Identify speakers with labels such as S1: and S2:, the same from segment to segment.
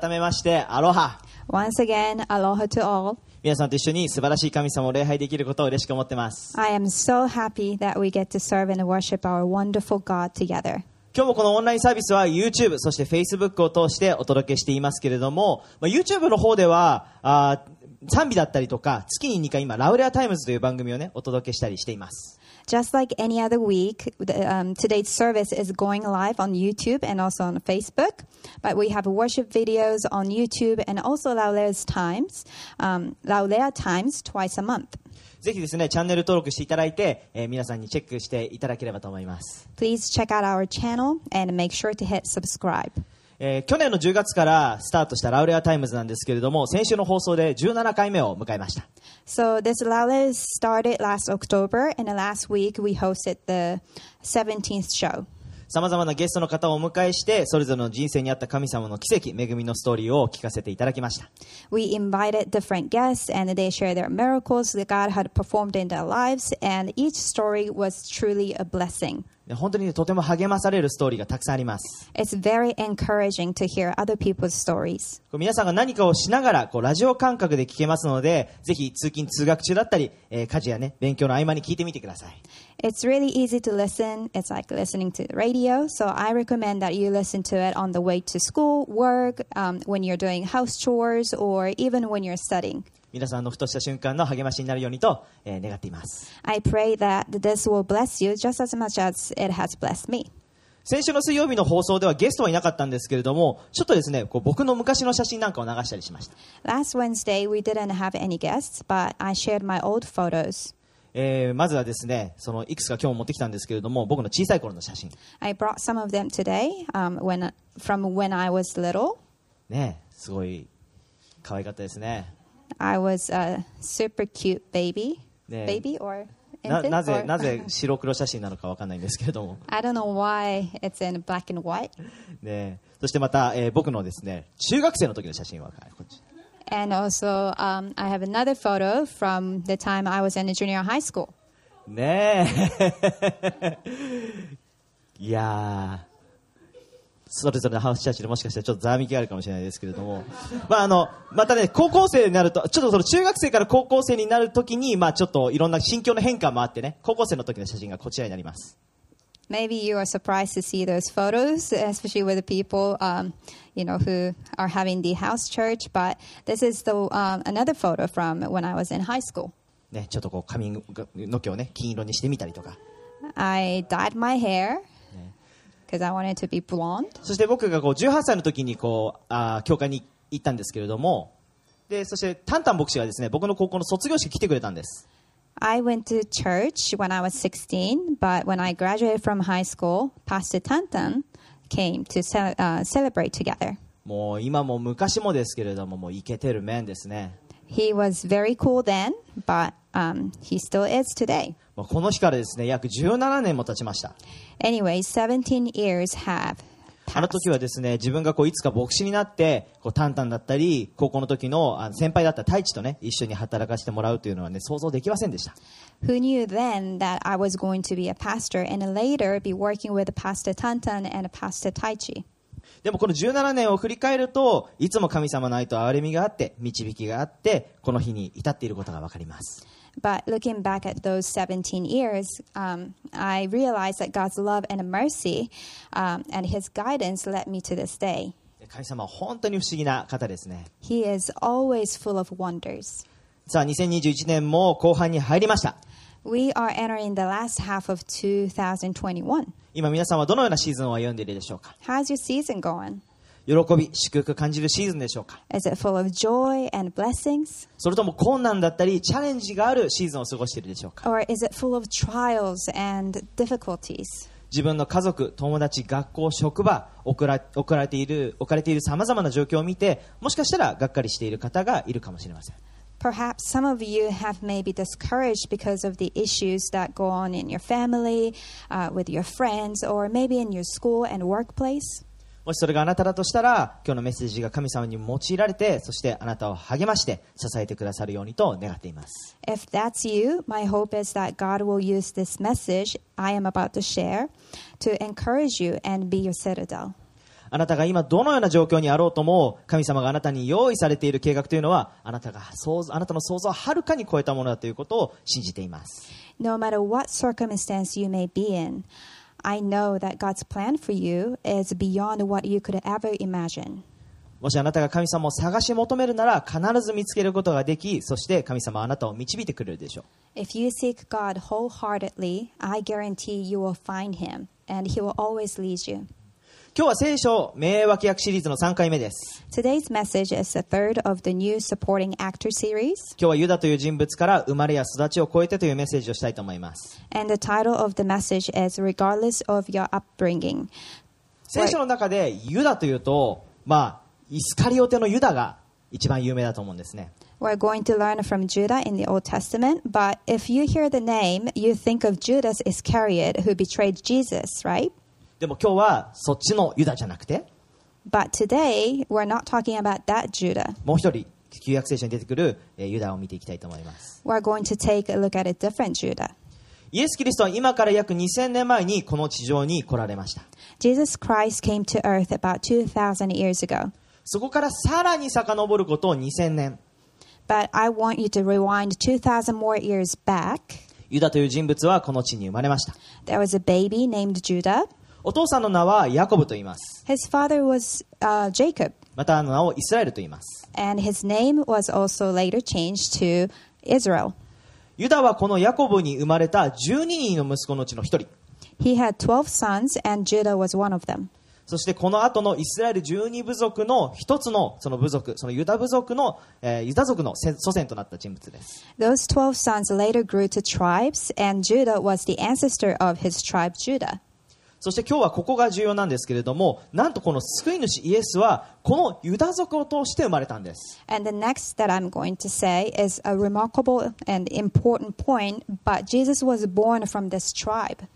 S1: 改めまして、アロハ。
S2: Once again, aloha to all.
S1: 皆さんと一緒に素晴らしい神様を礼拝できることを嬉しく思ってます。
S2: I am so happy that we get to serve and worship our wonderful God together.
S1: 今日もこのオンラインサービスは YouTube、そして Facebook を通してお届けしていますけれども、まあ、YouTube の方では、あー賛美だったりとか、月に2回今、ラウレアタイムズという番組をね、お届けしたりしています。
S2: Just like any other week, the, um, today's service is going live on YouTube and also on Facebook. But we have worship videos on YouTube and also Laulea's Times, um, Laulea Times twice a month.
S1: ぜひですね、チャンネル登録していただいて、えー皆さんにチェックしていただければと思います。
S2: Please check out our channel and make sure to hit subscribe.
S1: えー去年の10月からスタートしたラウレアタイムズなんですけれども、先週の放送で17回目を迎えました。
S2: So this Laulea started last October, and last week we hosted the 17th show.
S1: さまざまなゲストの方をお迎えしてそれぞれの人生にあった神様の奇跡恵みのストーリーを聞かせていただきました
S2: We invited different guests and they shared their miracles that God had performed in their lives, and each story was truly a blessing.
S1: で本当にねとても励まされるストーリーがたくさんあります
S2: It's very encouraging to hear other people's stories.
S1: こう皆さんが何かをしながらこうラジオ感覚で聞けますのでぜひ通勤通学中だったり、えー家事やね勉強の合間に聞いてみてください
S2: It's really easy to listen. It's like listening to the radio. So I recommend that you listen to it on the way to school, work, um, when you're doing house chores, or even when you're studying.
S1: 皆さんのふとした瞬間の励ましになるようにと、えー願っています
S2: I pray that this will bless you just as much as it has blessed me.
S1: 先週の水曜日の放送ではゲストはいなかったんですけれどもちょっとですねこう僕の昔の写真なんかを流したりしました
S2: Last Wednesday, we didn't have any guests, but I shared my old photos.
S1: えーまずはですね、そのいくつか今日持ってきたんですけれども、僕の小さい頃の写真。
S2: I brought some of them today um, when, from when I was little.
S1: ねえ、すごい可愛かったですね。
S2: I was a super cute baby.
S1: Yeah.
S2: Baby or
S1: な
S2: infant?
S1: なぜ
S2: or-
S1: なぜ白黒写真なのかわかんないんですけれども、
S2: I don't know why it's in black and white.
S1: ねえ、そしてまた、えー僕のですね中学生の時の写真はこっち
S2: And also, um, I have another photo from the time I was in junior high school.
S1: ね えいやーそれぞれの話しでもしかしたらちょっとざわめきがあるかもしれないですけれども、まあ、あのまたね高校生になるとちょっとその中学生から高校生になるときに、まあ、ちょっといろんな心境の変化もあってね高校生の時の写真がこちらになります
S2: Maybe you are surprised to see those photos, especially with the people um, you know who are having the house church. But this is the um, another photo from when I was in high school.
S1: ねちょっとこう髪の毛をね金色にしてみたりとか
S2: I dyed my hair because I wanted to be blonde.
S1: そして僕がこう18歳の時にこうあー教会に行ったんですけれどもでそしてタンタン牧師がですね僕の高校の卒業式来てくれたんです
S2: I went to church when I was 16, but when I graduated from high school, Pastor Tantan came to ce- uh, celebrate together.
S1: もう今も昔もですけれどももうイケてる面ですね、
S2: He was very cool then, but um, he still is today.
S1: まあ、この日からですね約17年も経ちました
S2: Anyway, 17 years have
S1: あの
S2: passed.
S1: 時はですね自分がこういつか牧師になってこうタンタンだったり高校の時のあの先輩だった太一とね一緒に働かせてもらうというのはね想像できませんでした
S2: Who knew then that I was going to be a pastor and later be working with Pastor Tantan and Pastor Taichi?
S1: でもこの17年を振り返るといつも神様の愛と憐れみがあって導きがあってこの日に至っていることが分かります
S2: But looking back at those 17 years, um, I realized that God's love and mercy um, and His guidance led me to this day.
S1: 神様は本当に不思議な方ですね
S2: He is always full of wonders.
S1: さあ2021年も後半に入りました
S2: We are entering the last half of 2021.
S1: 今皆さんはどのようなシーズンを歩んでいるでしょうか
S2: How's your season going?
S1: 喜び祝福感じるシーズンでしょうか
S2: Is it full of joy and blessings?
S1: それとも困難だったりチャレンジがあるシーズンを過ごしているでしょうか
S2: Or is it full of trials and difficulties?
S1: 自分の家族友達学校職場送ら送られている置かれているさまざまな状況を見てもしかしたらがっかりしている方がいるかもしれません
S2: Perhaps some of you have maybe discouraged because of the issues that go on in your family, uh, with your friends, or maybe in your school and workplace.
S1: もしそれがあなただとしたら今日のメッセージが神様に用いられてそしてあなたを励まして支えてくださるようにと願っています
S2: If that's you, my hope is that God will use this message I am about to share to encourage you and be your citadel.
S1: ああなたが今どのような状況にあろうとも、神様があなたに用意されている計画というのは、あなたが想像、あなたの想像をはるかに超えたものだということを信じています。
S2: No matter what circumstance you may be in, I know that God's plan for you is beyond what you could ever imagine.
S1: もしあなたが神様を探し求めるなら、必ず見つけることができ、そして神様はあなたを導いてくれるでしょう。
S2: If you seek God wholeheartedly, I guarantee you will find Him, and He will always lead you.
S1: 今日は聖書名脇役シリーズの3回目です。
S2: Today's message is the third of the new supporting actor series,
S1: 今日はユダという人物から生まれや育ちを超えてというメッセージをしたいと思います。
S2: and the title of the message is Regardless of Your Upbringing.
S1: 聖書の中でユダというと、まあ、イスカリオテのユダが一番有名だと思うんですね。
S2: We're going to learn from Judah in the Old Testament, but if you hear the name, you think of Judas Iscariot, who betrayed Jesus, right?
S1: でも今日はそっちのユダじゃなくて、
S2: But today, we're not talking about that Judah.
S1: もう一人、旧約聖書に出てくるえーユダを見ていきたいと思います。
S2: We're going to take a look at a different Judah.
S1: イエス・キリストは今から約2000年前にこの地上に来られました。
S2: Jesus Christ came to earth about 2,000 years ago.
S1: そこからさらに遡ることを2000年。
S2: But I want you to rewind 2,000 more years back.
S1: ユダという人物はこの地に生まれました。
S2: There was a baby named Judah.
S1: お父さんの名はヤコブと言います。
S2: His father was uh, Jacob,
S1: またあの名をイスラエルと言います。
S2: and his name was also later changed to Israel.
S1: ユダはこのヤコブに生まれた12人の息子のうちの一人。
S2: He had 12 sons, and Judah was one of them.
S1: そしてこの後のイスラエル12部族の一つのその部族、そのユダ部族の、えーユダ族の先祖先となった人物です。
S2: Those 12 sons later grew to tribes, and Judah was the ancestor of his tribe Judah.
S1: そして今日はここが重要なんですけれども、なんとこの救い主イエスはこのユダ族を通して生まれたんです。
S2: And the next that I'm going to say is a remarkable and important point, but Jesus was born from this tribe.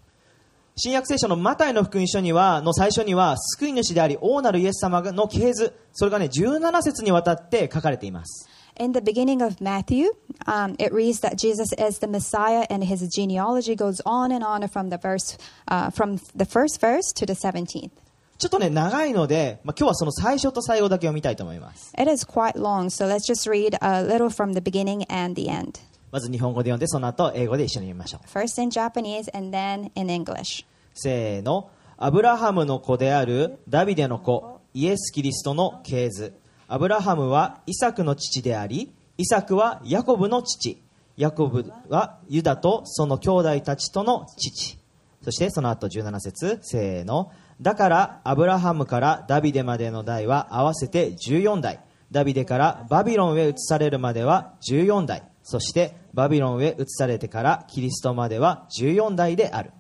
S1: 新約聖書のマタイの福音書には、の最初には、救い主であり王なるイエス様の系図、それがね、17節にわたって書かれています。
S2: In the beginning of Matthew, um, it reads that Jesus is the Messiah, and his genealogy goes on and on from the verse, uh, from the first verse to the seventeenth.
S1: ちょっとね、長いので、まあ、今日はその最初と最後だけを見たいと思います。
S2: It is quite long, so let's just read a little from the beginning and the end.
S1: まず日本語で読んで、その後英語で一緒に読みましょう。
S2: First in Japanese and then in English.
S1: せーのアブラハムの子であるダビデの子イエス・キリストの系図アブラハムはイサクの父でありイサクはヤコブの父ヤコブはユダとその兄弟たちとの父そしてその後17節せーのだからアブラハムからダビデまでの代は合わせて14代ダビデからバビロンへ移されるまでは14代そしてバビロンへ移されてからキリストまでは14代である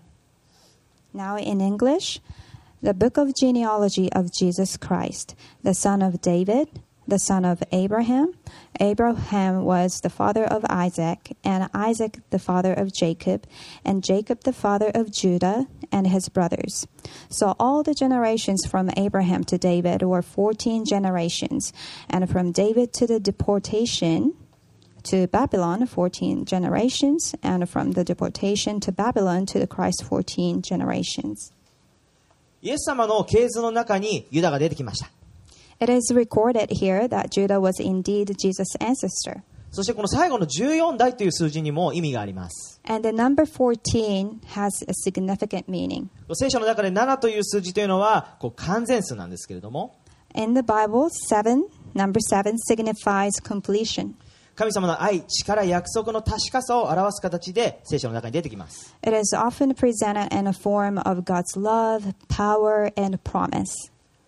S2: Now in English, the book of genealogy of Jesus Christ, the son of David, the son of Abraham. Abraham was the father of Isaac, and Isaac the father of Jacob, and Jacob the father of Judah and his brothers. So all the generations from Abraham to David were 14 generations, and from David to the deportation, to Babylon, 14 generations, and from the deportation to Babylon to the Christ, 14 generations.
S1: イエス様の系図の中にユダが出てきました。
S2: It is recorded here that Judah was indeed Jesus' ancestor.
S1: そしてこの最後の14代という数字にも意味があります。
S2: And the number 14 has a significant meaning.
S1: 聖書の中で7という数字というのはこう完全数なんですけれども、
S2: In the Bible, 7, number 7 signifies completion.
S1: 神様の愛、力、約束の確かさを表す形で聖書の中に出てきます。
S2: It is often presented in a form of God's love, power, and promise.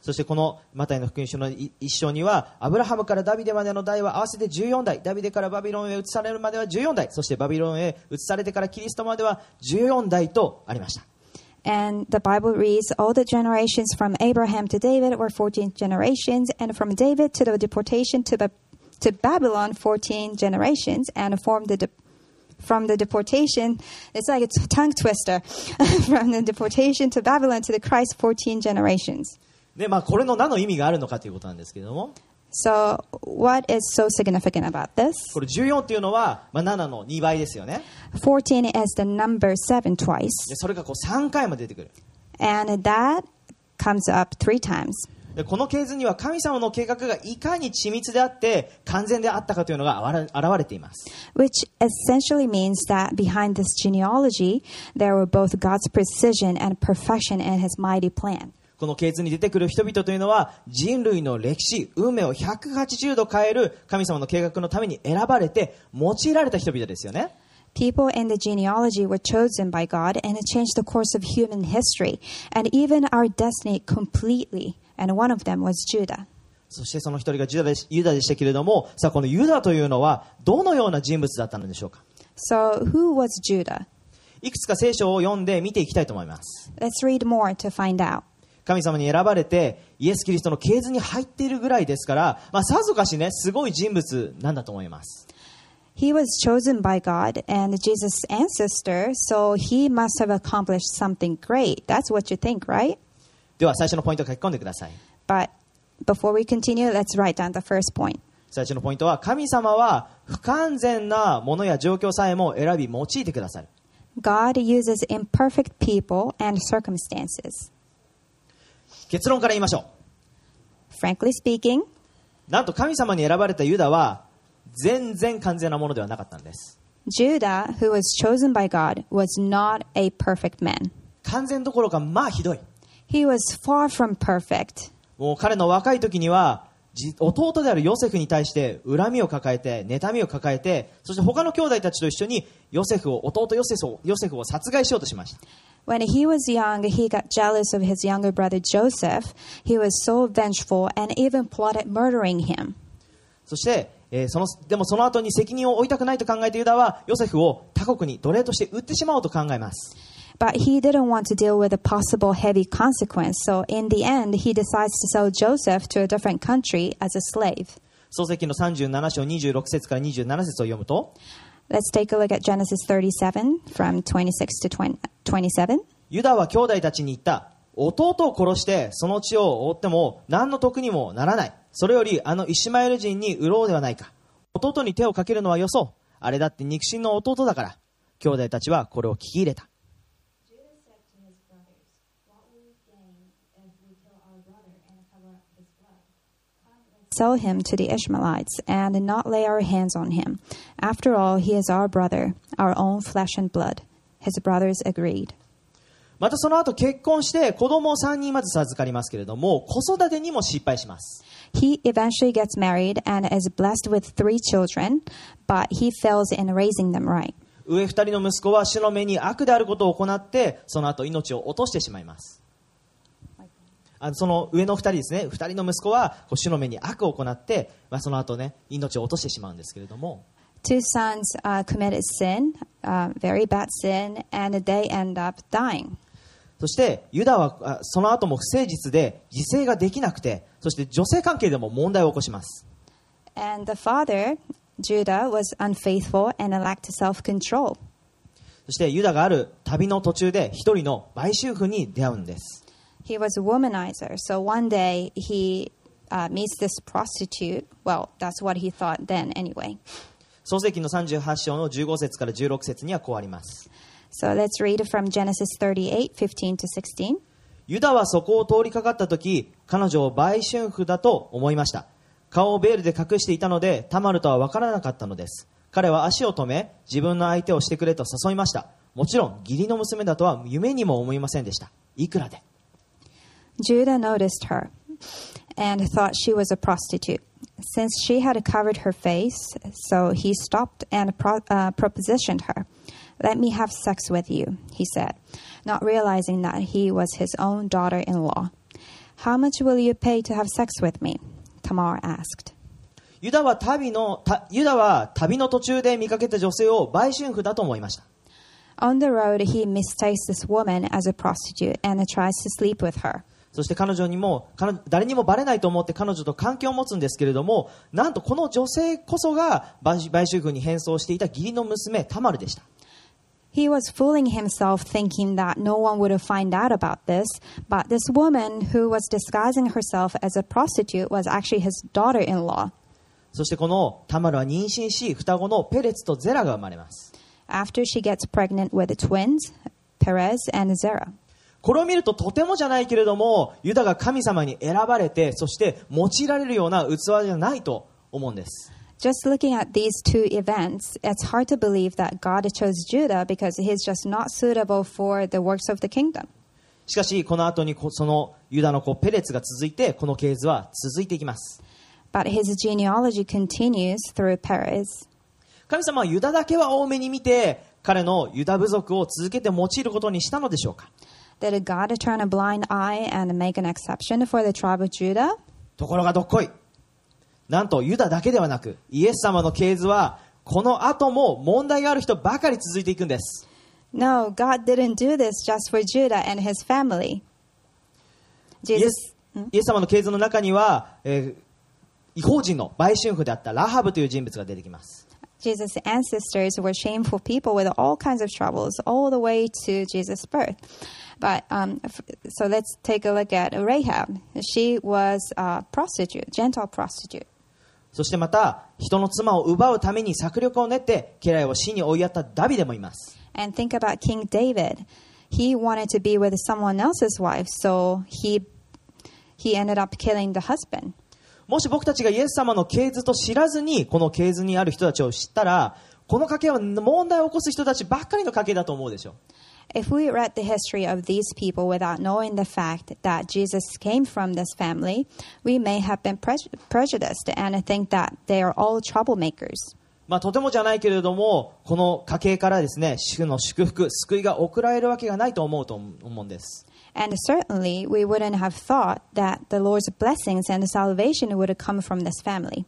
S1: そしてこのマタイの福音書の一一章には、アブラハムからダビデまでの代は合わせて14代、ダビデからバビロンへ移されるまでは14代、そしてバビロンへ移されてからキリストまでは14代とありました。
S2: And the Bible reads all the generations from Abraham to David were 14 generations, and from David to the deportation to, Bab to Babylon, 14 generations, and from the, de- from the deportation, it's like it's a tongue twister, from the deportation to Babylon to the Christ, 14 generations.
S1: で、まあこれの何の意味があるのかということなんですけれども、
S2: So, what is so significant about this?
S1: これ14っていうのは、まあ、7の2倍ですよね。
S2: 14 is the number 7 twice,
S1: でそれがこう3回も出てくる。
S2: and that comes up three times.
S1: でこの系図には神様の計画がいかに緻密であって完全であったかというのがあら現れています
S2: which essentially means that behind this genealogy, there were both God's precision and perfection in his mighty plan.
S1: この系図に出てくる人々というのは人類の歴史運命を180度変える神様の計画のために選ばれて用いられた人々ですよね
S2: People in the genealogy were chosen by God and it changed the course of human history and even our destiny completely. And one of them was Judah.
S1: そしてその一人がジュダでしユダでしたけれどもさあこのユダというのはどのような人物だったのでしょうか
S2: So, who was Judah?
S1: いくつか聖書を読んで見ていきたいと思います
S2: Let's read more to find out.
S1: 神様に選ばれてイエス・キリストの系図に入っているぐらいですから、まあ、さぞかしねすごい人物なんだと思います
S2: He was chosen by God and Jesus' ancestor, so he must have accomplished something great. That's what you think, right?
S1: では最初のポイントを書き込んでください
S2: But before we continue, let's write down the first point.
S1: 最初のポイントは神様は不完全なものや状況さえも選び用いてくださる
S2: God uses imperfect people and circumstances.
S1: 結論から言いましょ
S2: Frankly speaking,
S1: うなんと神様に選ばれたユダは全然完全なものではなかったんです
S2: Judah, who was chosen by God, was not a perfect man.
S1: 完全どころかまあひどい
S2: He was far from perfect.
S1: もう彼の若い時にはじ弟であるヨセフに対して恨みを抱えて妬みを抱えてそして他の兄弟たちと一緒にヨセフを弟ヨセフをヨセフを殺害しようとしました
S2: When he was young, he got jealous of his younger brother Joseph. He was so vengeful and even plotted murdering him.
S1: そして、えーそのでもその後に責任を負いたくないと考えてユダはヨセフを他国に奴隷として売ってしまおうと考えます
S2: But he didn't want to deal with a possible heavy consequence, so in the end, he decides to sell Joseph to a different country as a slave.
S1: 漱石の37章26節から27節を読むと
S2: Let's take a look at Genesis 37 from 26 to 20, 27.
S1: ユダは兄弟たちに言った弟を殺してその地を覆っても何の得にもならないそれよりあのイシュマエル人に売ろうではないか弟に手をかけるのはよそうあれだって肉親の弟だから兄弟たちはこれを聞き入れた
S3: Judah said to his brothers, What will we gain if we kill our brother and cover up his blood? Come, let's
S2: Sell him to the Ishmaelites and not lay our hands on him. After all, he is our brother, our own flesh and blood. His brothers agreed.
S1: またその後結婚して子供を3人まず授かりますけれども子育てにも失敗します
S2: He eventually gets married and is blessed with three children, but he fails in raising them right.
S1: 上2人の息子は主の目に悪であることを行ってその後命を落としてしまいますあのその上の2人ですね2人の息子はこう主の目に悪を行って、まあ、その後ね命を落としてしまうんですけれども
S2: Two sons uh, committed sin, uh, very bad sin, and they end up dying.
S1: そしてユダはあその後も不誠実で自制ができなくてそして女性関係でも問題を起こします
S2: And the father, Judah, was unfaithful and lacked self control.
S1: そしてユダがある旅の途中で1人の売衆婦に出会うんです
S2: He was a womanizer. So one day he uh, meets this prostitute. Well, that's what he thought then, anyway.
S1: 創世記の38章の15節から16節にはこうあります
S2: So let's read from Genesis 38 15 to 16.
S1: ユダはそこを通りかかった時彼女を売春婦だと思いました顔をベールで隠していたのでタマルとは分からなかったのです彼は足を止め自分の相手をしてくれと誘いましたもちろん義理の娘だとは夢にも思いませんでしたいくらで
S2: Judah noticed her and thought she was a prostitute. Since she had covered her face, so he stopped and pro- uh, propositioned her. Let me have sex with you, he said, not realizing that he was his own daughter in law. How much will you pay to have sex with me? Tamar asked.
S1: ユダは旅のたユダは旅の途中で見かけた女性を売春婦だと思いました
S2: On the road, he mistakes this woman as a prostitute and tries to sleep with her.
S1: そして彼女にも彼女誰にもバレないと思って彼女と関係を持つんですけれどもなんとこの女性こそが売売春婦に変装していた義理の娘タマルでした
S2: He was fooling himself thinking that no one would find out about this, but this woman who was disguising herself as a prostitute was actually his daughter in law.
S1: そしてこのタマルは妊娠し双子のペレツとゼラが生まれます
S2: After she gets pregnant with the twins, Perez and Zerah.
S1: これを見るととてもじゃないけれどもユダが神様に選ばれてそして用いられるような器じゃないと思うんです
S2: Just looking at these two events, it's hard to believe that God chose Judah because he's just not suitable for the works of the kingdom.
S1: しかしこの後にこそのユダの子ペレツが続いてこの系図は続いていきます
S2: But his genealogy continues through Perez.
S1: 神様はユダだけは多めに見て彼のユダ部族を続けて用いることにしたのでしょうか
S2: Did God turn a blind eye and make an exception for the tribe of Judah?
S1: ところがどっこいなんとユダだけではなくイエス様の系図はこの後も問題がある人ばかり続いていくんです
S2: No, God didn't do this just for Judah and his family.
S1: イエ
S2: Jesus, hmm?
S1: スイエス様の系図の中には、えー違法人の売春婦であったラハブという人物が出てきます
S2: Jesus' ancestors were shameful people with all kinds of troubles, all the way to Jesus' birth. But um, f- so let's take a look at Rahab. She was a prostitute, Gentile prostitute.
S1: そしてまた人の妻を奪うために策略を練って家来を死に追いやったダビデもいます
S2: And think about King David. He wanted to be with someone else's wife, so he he ended up killing the husband.
S1: もし僕たちがイエス様の系図と知らずにこの系図にある人たちを知ったらこの家系は問題を起こす人たちばっかりの家系だと思うでしょう
S2: If we read the history of these people without knowing the fact that Jesus came from this family, we may have been prej- prejudiced and think that they are all troublemakers.
S1: まあ、とてもじゃないけれどもこの家系からですね主の祝福救いが送られるわけがないと思うと思うんです
S2: And certainly, we wouldn't have thought that the Lord's blessings and salvation would come from this family.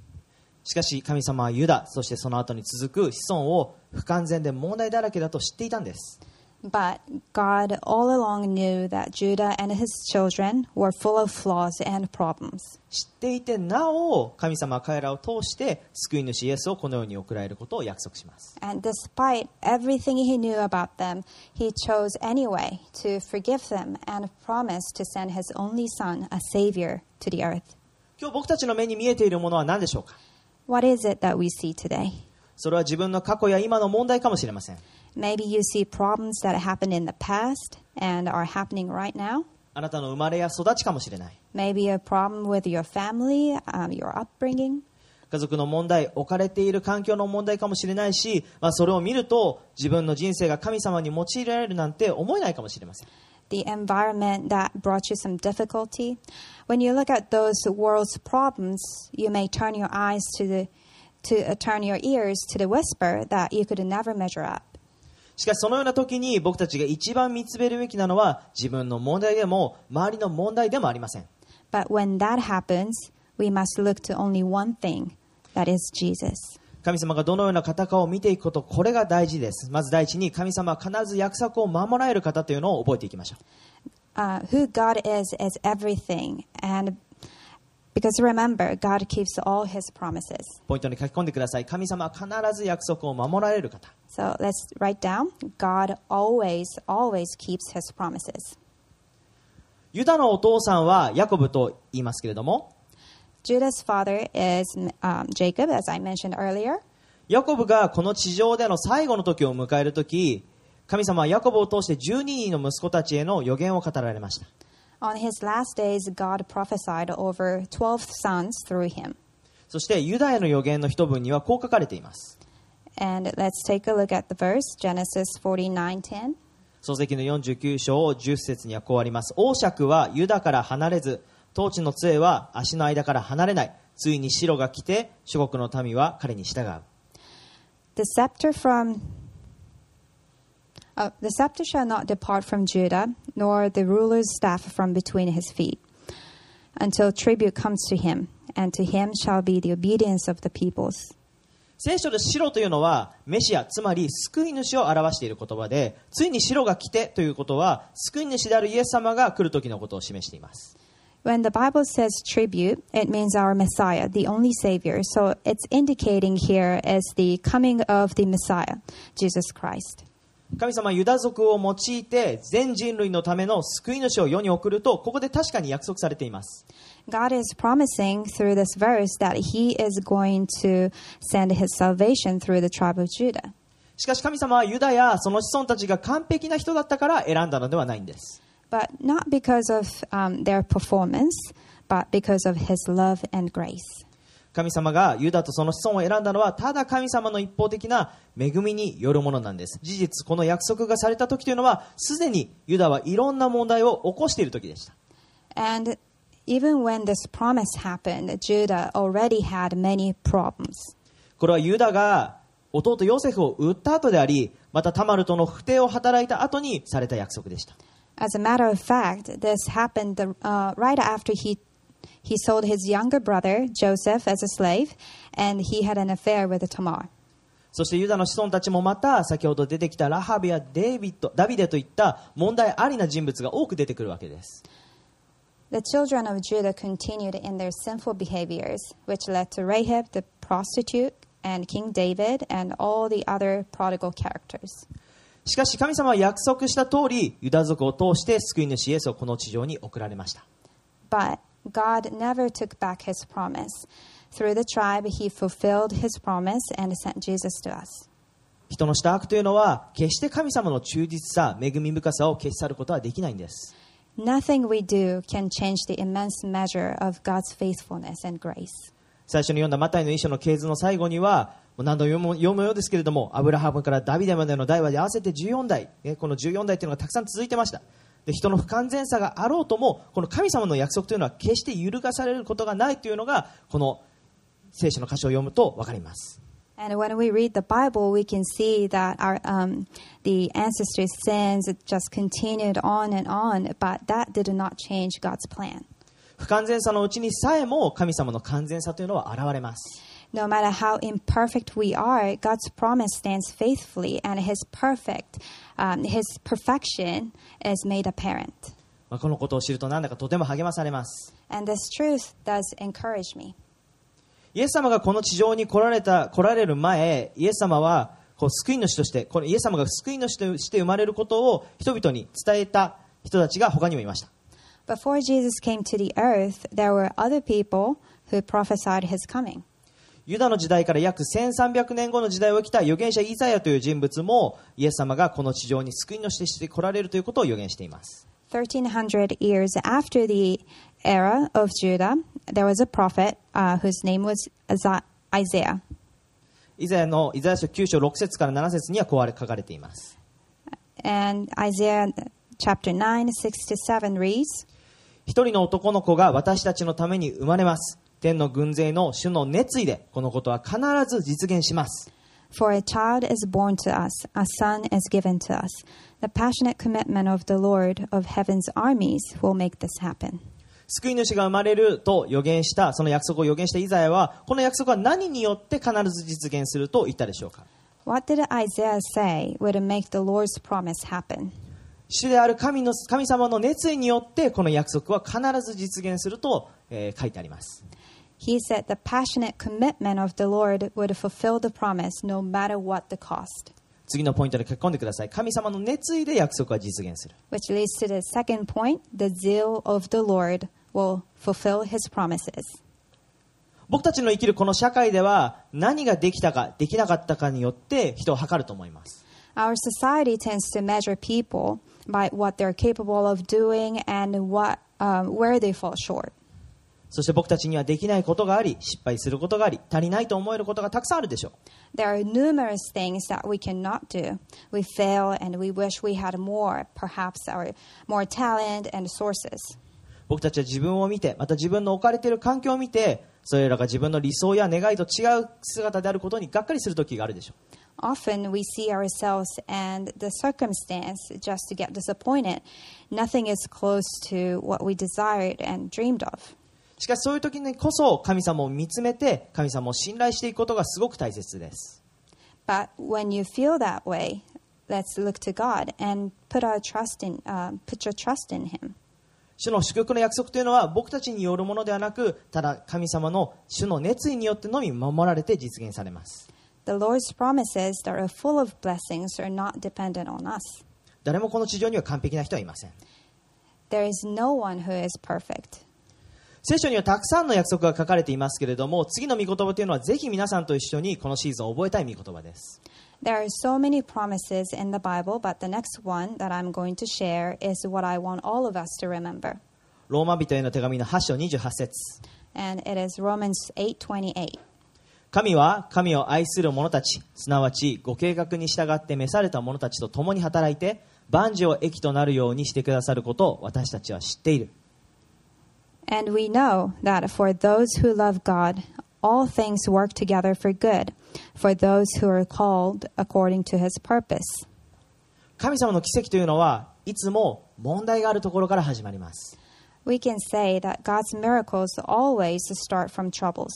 S1: しかし神様はユダそしてその後に続く子孫を不完全で問題だらけだと知っていたんです
S2: But God all along knew that Judah and his children were full of flaws and problems.
S1: 知っていてなお神様は彼らを通して救い主イエスをこのように送られることを約束します
S2: And despite everything he knew about them, he chose anyway to forgive them and promised to send his only son, a savior, to the earth.
S1: 今日僕たちの目に見えているものは何でしょうか
S2: What is it that we see today?
S1: それは自分の過去や今の問題かもしれません
S2: Maybe you see problems that happened in the past and are happening right now.
S1: あなたの生まれや育ちかもしれない
S2: Maybe a problem with your family, um, your upbringing.
S1: 家族の問題置かれている環境の問題かもしれないし、まあ、それを見ると自分の人生が神様に用いられるなんて思えないかもしれません
S2: the environment that brought you some difficulty. When you look at those world's problems, you may turn your eyes to the to uh, turn your ears to the whisper that you could never measure up.
S1: しかしそのような時に僕たちが一番見つめるべきなのは自分の問題でも周りの問題でもありません
S2: But when that happens, we must look to only one thing, that is Jesus.
S1: 神様がどのような方かを見ていくことこれが大事ですまず第一に神様は必ず約束を守られる方というのを覚えていきましょう
S2: Uh, who God is is everything, and because remember, God keeps all His promises.
S1: ポイントに書き込んでください神様は必ず約束を守られる方
S2: So let's write down: God always, always keeps His promises.
S1: ユダのお父さんはヤコブと言いますけれども
S2: Judah's father is um, Jacob, as I mentioned earlier.
S1: ヤコブがこの地上での最後の時を迎える時神様はヤコブを通して12人の息子たちへの予言を語られました
S2: On his last days, God prophesied over 12 sons through him.
S1: そしてユダへの予言の一文にはこう書かれています
S2: And let's take a look at the verse, Genesis 49:10.
S1: 創世記の49章10節にはこうあります王爵はユダから離れず統治の杖は足の間から離れないついに白が来て諸国の民は彼に従う
S2: The scepter from oh, the scepter shall not depart from Judah, nor the ruler's staff from between his feet, until tribute comes to him, and to him shall be the obedience of the peoples.
S1: 聖書で白というのはメシアつまり救い主を表している言葉でついに白が来てということは救い主であるイエス様が来る時のことを示しています
S2: When the Bible says tribute, it means our Messiah, the only Savior. So it's indicating here is the coming of the Messiah, Jesus Christ.
S1: 神様はユダ族を用いて全人類のための救い主を世に送るとここで確かに約束されています
S2: God is promising through this verse that He is going to send His salvation through the tribe of Judah.
S1: しかし神様はユダやその子孫たちが完璧な人だったから選んだのではないんです
S2: but not because of um, their performance, but because of his love and grace.
S1: 神様がユダとその子孫を選んだのはただ神様の一方的な恵みによるものなんです事実この約束がされた時というのはすでにユダはいろんな問題を起こしている時でした
S2: And even when this promise happened, Judah already had many problems.
S1: これはユダが弟ヨセフを売った後でありまたタマルとの不定を働いた後にされた約束でした
S2: As a matter of fact, this happened uh, right after he he sold his younger brother Joseph as a slave, and he had an affair with Tamar.
S1: そしてユダの子孫たちもまた先ほど出てきたラハビやデイビッドダビデといった問題ありな人物が多く出てくるわけです
S2: The children of Judah continued in their sinful behaviors, which led to Rahab the prostitute and King David and all the other prodigal characters.
S1: しかし神様は約束した通りユダ族を通して救い主イエスをこの地上に送られました
S2: But God never took back his promise. Through the tribe, he fulfilled his promise and sent Jesus to us.
S1: 人のした悪というのは決して神様の忠実さ恵み深さを消し去ることはできないんです
S2: Nothing we do can change the immense measure of God's faithfulness and grace.
S1: 最初に読んだマタイの一書の系図の最後にはもう何度も読む読むようですけれどもアブラハムからダビデまでの代はで合わせて14代ねこの14代というのがたくさん続いてましたで人の不完全さがあろうともこの神様の約束というのは決して揺るがされることがないというのがこの聖書の箇所を読むと分かります
S2: And when we read the Bible, we can see that our um, the ancestors' sins just continued on and on, but that did not change God's plan.
S1: 不完全さのうちにさえも神様の完全さというのは現れます
S2: No matter how imperfect we are, God's promise stands faithfully, and His perfect, um, His perfection is made apparent.
S1: まあ、このことを知るとなんだかとても励まされます
S2: And this truth does encourage me.
S1: イエス様がこの地上に来られた来られる前イエス様はこう救い主としてこのイエス様が救い主として生まれることを人々に伝えた人たちが他にもいました
S2: Before Jesus came to the earth, there were other people who prophesied His coming.
S1: ユダの時代から約1300年後の時代を生きた預言者イザヤという人物もイエス様がこの地上に救い主として来られるということを予言しています
S2: 1300 years after the era of Judah, there was a prophet uh, whose name was Isa- Isaiah.
S1: イザヤのイザヤ書9章6節から7節にはこう書かれています
S2: And Isaiah chapter 9, 6 to 7 reads
S1: 一人の男の子が私たちのために生まれます天の軍勢の主の熱意でこのことは必ず実現します
S2: For a child is born to us, a son is given to us. The passionate commitment of the Lord of heaven's armies will make this happen.
S1: 救い主が生まれると予言したその約束を予言したイザヤはこの約束は何によって必ず実現すると言ったでしょうか
S2: What did Isaiah say would make the Lord's promise happen?
S1: 主である神の神様の熱意によってこの約束は必ず実現すると、えー書いてあります
S2: He said the passionate commitment of the Lord would fulfill the promise no matter what the cost,
S1: 次のポイントに書き込んでください神様の熱意で約束は実現する
S2: which leads to the second point the zeal of the Lord will fulfill his promises.
S1: 僕たちの生きるこの社会では何ができたかできなかったかによって人を測ると思います
S2: Our society tends to measure people by what they're capable of doing and what, um, where they fall short.
S1: そして僕たちにはできないことがあり、失敗することがあり、足りないと思えることがたくさんあるでしょう。
S2: There are numerous things that we cannot do. We fail and we wish we had more, perhaps our more talent and sources.
S1: 僕たちは自分を見て、また自分の置かれている環境を見て、それらが自分の理想や願いと違う姿であることにがっかりする時があるでしょう。
S2: Often we see ourselves and the circumstance just to get disappointed. Nothing is close to what we desired and dreamed of.
S1: しかしそういう時にこそ神様を見つめて、神様を信頼していくことがすごく大切です。
S2: But when you feel that way, let's look to God and put our trust in, um, put your trust in Him.
S1: 主の祝福の約束というのは僕たちによるものではなく、ただ神様の主の熱意によってのみ守られて実現されます。
S2: The Lord's promises that are full of blessings are not dependent on us.
S1: 誰もこの地上には完璧な人はいません。
S2: There is no one who is perfect.
S1: 聖書にはたくさんの約束が書かれていますけれども次の御言葉というのはぜひ皆さんと一緒にこのシーズン覚えたい御言葉です
S2: There are so many promises in the Bible, but the next one that I'm going to share is what I want all of us to remember.
S1: ローマ人への手紙の8章28節
S2: And it is Romans 8:28.
S1: 神は神を愛する者たちすなわちご計画に従って召された者たちと共に働いて万事を益となるようにしてくださることを私たちは知っている
S2: And we know that for those who love God, all things work together for good, for those who are called according to his purpose.
S1: 神様の奇跡というのはいつも問題があるところから始まります
S2: We can say that God's miracles always start from troubles.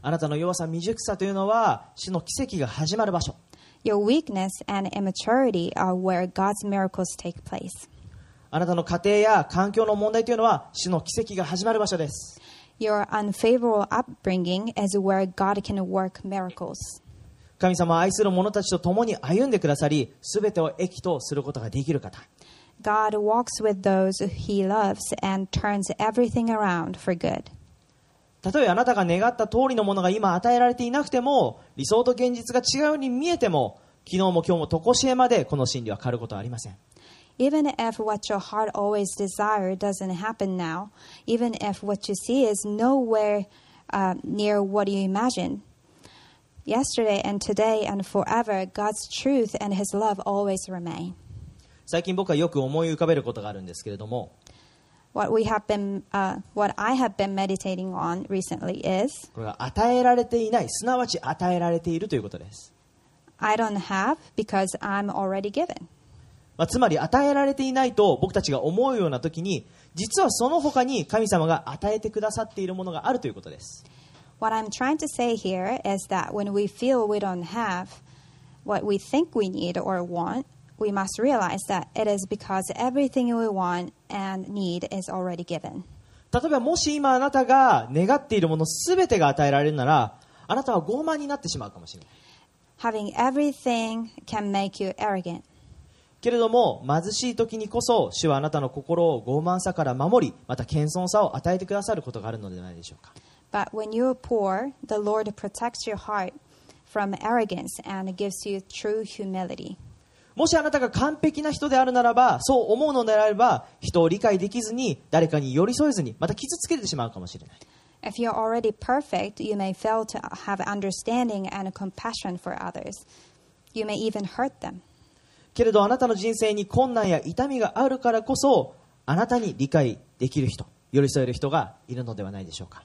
S1: あなたの弱さ未熟さというのは主の奇跡が始まる場所
S2: Your weakness and immaturity are where God's miracles take place.
S1: あなたの家庭や環境の問題というのは主の奇跡が始まる場所です
S2: Your unfavorable upbringing is where God can work miracles.
S1: 神様を愛する者たちと共に歩んでくださり全てを益とすることができる方
S2: God walks with those he loves and turns everything around for good.
S1: たとえあなたが願った通りのものが今与えられていなくても理想と現実が違うように見えても昨日も今日も常しえまでこの真理は変わることはありません
S2: Even if what your heart always desired doesn't happen now, even if what you see is nowhere uh, near what you imagine, yesterday and today and forever, God's truth and His love always remain.
S1: 最近僕はよく思い浮かべることがあるんですけれども
S2: What we have been, uh, what I have been meditating on recently is
S1: これが与えられていないすなわち与えられているということです、
S2: I don't have because I'm already given.
S1: まあ、つまり与えられていないと僕たちが思うような時に実はその他に神様が与えてくださっているものがあるということです
S2: What I'm trying to say here is that when we feel we don't have what we think we need or want, we must realize that it is because everything we want and need is already given.
S1: 例えばもし今あなたが願っているもの全てが与えられるならあなたは傲慢になってしまうかもしれない
S2: Having everything can make you arrogant.
S1: けれども貧しい時にこそ主はあなたの心を傲慢さから守りまた謙遜さを与えてくださることがあるのではないでしょうか
S2: But when you are poor, the Lord protects your heart from arrogance and gives you true humility.
S1: もしあなたが完璧な人であるならばそう思うのであれば人を理解できずに誰かに寄り添えずにまた傷つけてしまうかもしれない
S2: If you're already perfect, you may fail to have understanding and compassion for others. You may even hurt them.
S1: けれどあなたの人生に困難や痛みがあるからこそあなたに理解できる人寄り添える人がいるのではないでしょうか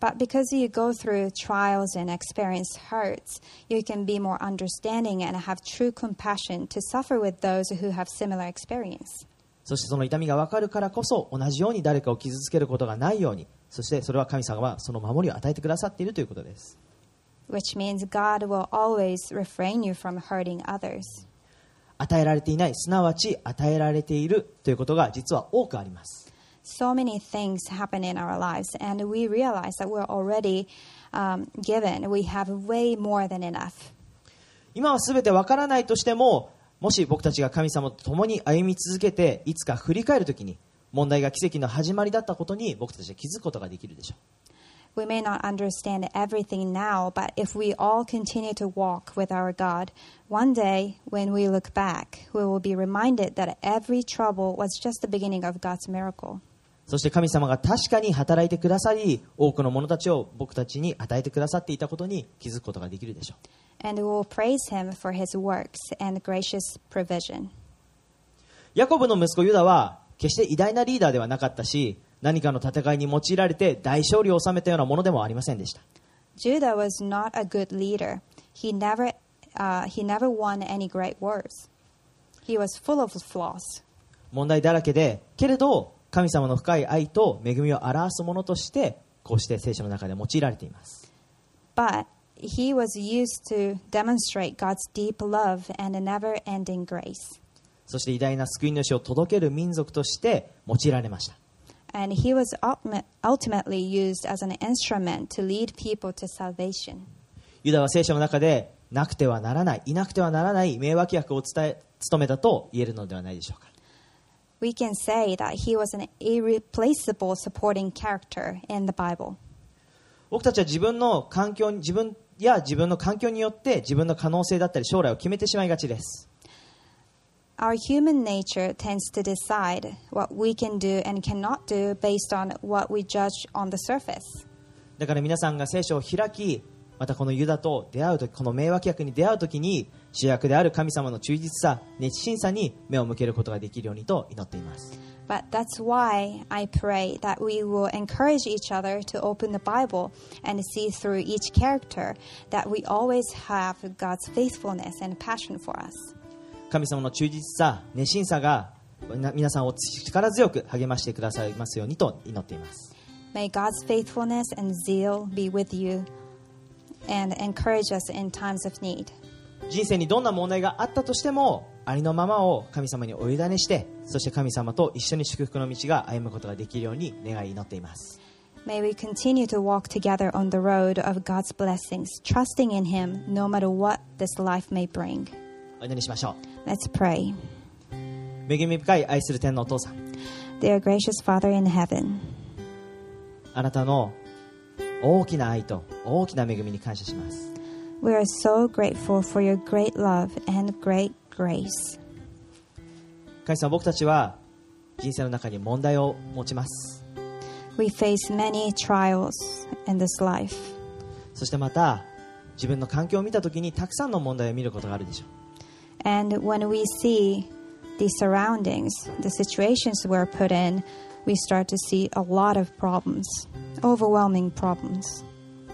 S2: But because you go through trials and experience hurts, you can be more understanding and have true compassion to suffer with those who have similar experience.
S1: そしてその痛みが分かるからこそ同じように誰かを傷つけることがないようにそしてそれは神様はその守りを与えてくださっているということです
S2: Which means God will always refrain you from hurting others.
S1: 与えられていないすなわち与えられているということが実は多くあります
S2: So many things happen in our lives, and we realize that we're already um, given. We have way more than enough.
S1: 今は全てわからないとしてももし僕たちが神様と共に歩み続けていつか振り返るときに問題が奇跡の始まりだったことに僕たちは気づくことができるでしょ
S2: We may not understand everything now, but if we all continue to walk with our God, one day when we look back, we will be reminded that every trouble was just the beginning of God's miracle.
S1: うそして神様が確かに働いてくださり多くの者たちを僕たちに与えてくださっていたことに気づくことができるでしょう
S2: And we will praise Him for His works and gracious provision.
S1: ヤコブの息子ユダは決して偉大なリーダーではなかったし何かの戦いに用いられて大勝利を収めたようなものでもありませんでした
S2: Judah was not a good leader. He never, uh, he never won any great wars. He was full of flaws.
S1: 問題だらけでけれど神様の深い愛と恵みを表すものとしてこうして聖書の中で用いられています、
S2: But he was used to demonstrate God's deep love and a never ending grace.
S1: そして偉大な救い主を届ける民族として用いられました
S2: And he was ultimate, ultimately used as an instrument to lead people to salvation.
S1: ユダは聖書の中でなくてはならないいなくてはならない名脇役を伝え務めたと言えるのではないでしょうか
S2: We can say that he was an irreplaceable supporting character in the Bible.
S1: 僕たちは自分の環境に自分や自分の環境によって自分の可能性だったり将来を決めてしまいがちです。
S2: Our human nature tends to decide what we can do and cannot do based on what we judge on the surface.
S1: だから皆さんが聖書を開き、またこのユダと出会うとき、この名脇役に出会うときに、主役である神様の忠実さ、熱心さに目を向けることができるようにと祈っています。
S2: But that's why I pray that we will encourage each other to open the Bible and see through each character that we always have God's faithfulness and passion for us.
S1: 神様の忠実さ、熱心さがな皆さんを力強く励ましてくださいますようにと祈っています。
S2: May God's faithfulness and zeal be with you and encourage us in times of need.
S1: 人生にどんな問題があったとしても、ありのままを神様にお委ねして、そして神様と一緒に祝福の道が歩むことができるように願い祈っています。
S2: May we continue to walk together on the road of God's blessings, trusting in Him no matter what this life may bring.
S1: お祈りしましょ
S2: Let's pray.
S1: う。恵み深い愛する天のお父さん。
S2: Dear gracious Father in heaven,
S1: あなたの大きな愛と大きな恵みに感謝します
S2: we are so grateful for your great love and great grace.
S1: 神様僕たちは人生の中に問題を持ちます
S2: We face many trials in this life,
S1: そしてまた自分の環境を見た時にたくさんの問題を見ることがあるでしょう
S2: and when we see the surroundings, the situations we're put in, we start to see a lot of problems, overwhelming problems.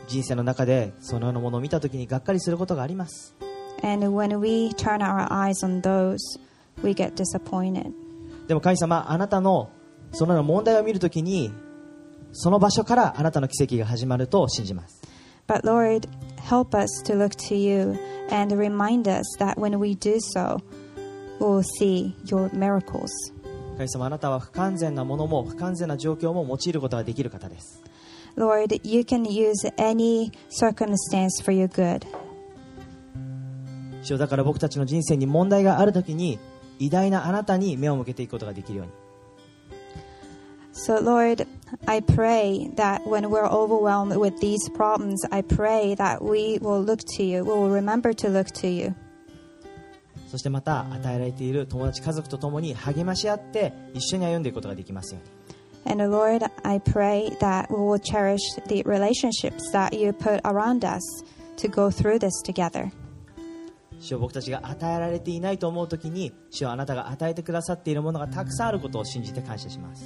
S1: 人生の中でそのようなものを見た時にがっかりすることがあります
S2: And when we turn our eyes on those, we get disappointed.
S1: でも神様あなたのそのような問題を見る時にその場所からあなたの奇跡が始まると信じます
S2: But Lord, help us to look to you and remind us that when we do so, we'll see your miracles.
S1: 神様あなたは不完全なものも不完全な状況も用いることができる方です
S2: Lord, you can use any circumstance for your good.
S1: 主よだから僕たちの人生に問題があるときに偉大なあなたに目を向けていくことができるように
S2: So, Lord, I pray that when we're overwhelmed with these problems, I pray that we will look to you, we will remember to look to you.
S1: そしてまた与えられている友達家族と共に励まし合って一緒に歩んでいくことができますように
S2: And uh, Lord, I pray that we will cherish the relationships that you put around us to go through this together.
S1: 主よ僕たちが与えられていないと思うときに主よあなたが与えてくださっているものがたくさんあることを信じて感謝します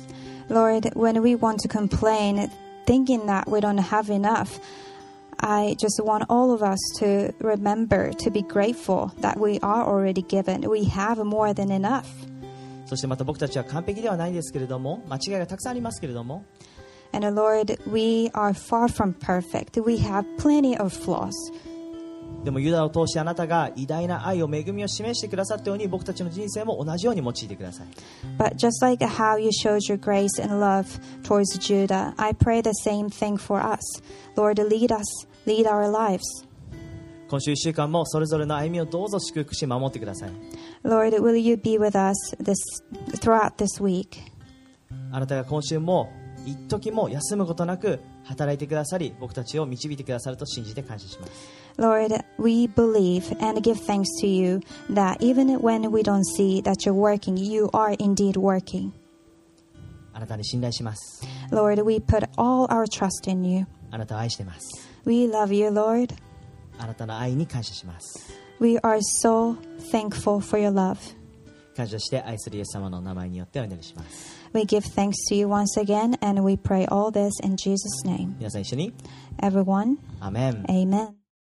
S2: Lord, when we want to complain, thinking that we don't have enough, I just want all of us to remember to be grateful that we are already given. We have more than enough.
S1: そしてまた僕たちは完璧ではないですけれども間違いがたくさんありますけれども
S2: And uh, Lord, we are far from perfect. We have plenty of flaws.
S1: でもユダを通してあなたが偉大な愛を恵みを示してくださったように僕たちの人生も同じように用いてください
S2: But just like how you showed your grace and love towards Judah, I pray the same thing for us. Lord, lead us, lead our lives.
S1: 今週1週間もそれぞれの歩みをどうぞ祝福し守ってください
S2: Lord, will you be with us this throughout this week?
S1: あなたが今週も一時も休むことなく働いてくださり僕たちを導いてくださると信じて感謝します
S2: Lord, we believe and give thanks to you that even when we don't see that you're working, you are indeed working.
S1: あなたに信頼します
S2: Lord, we put all our trust in you.
S1: あなたを愛してます
S2: We love you, Lord.
S1: あなたの愛に感謝します
S2: We are so thankful for your love.
S1: 感謝して愛するイエス様のお名前によってお祈りします
S2: We give thanks to you once again and we pray all this in Jesus' name.
S1: 皆さん一緒に
S2: Everyone,
S1: アーメン
S2: amen.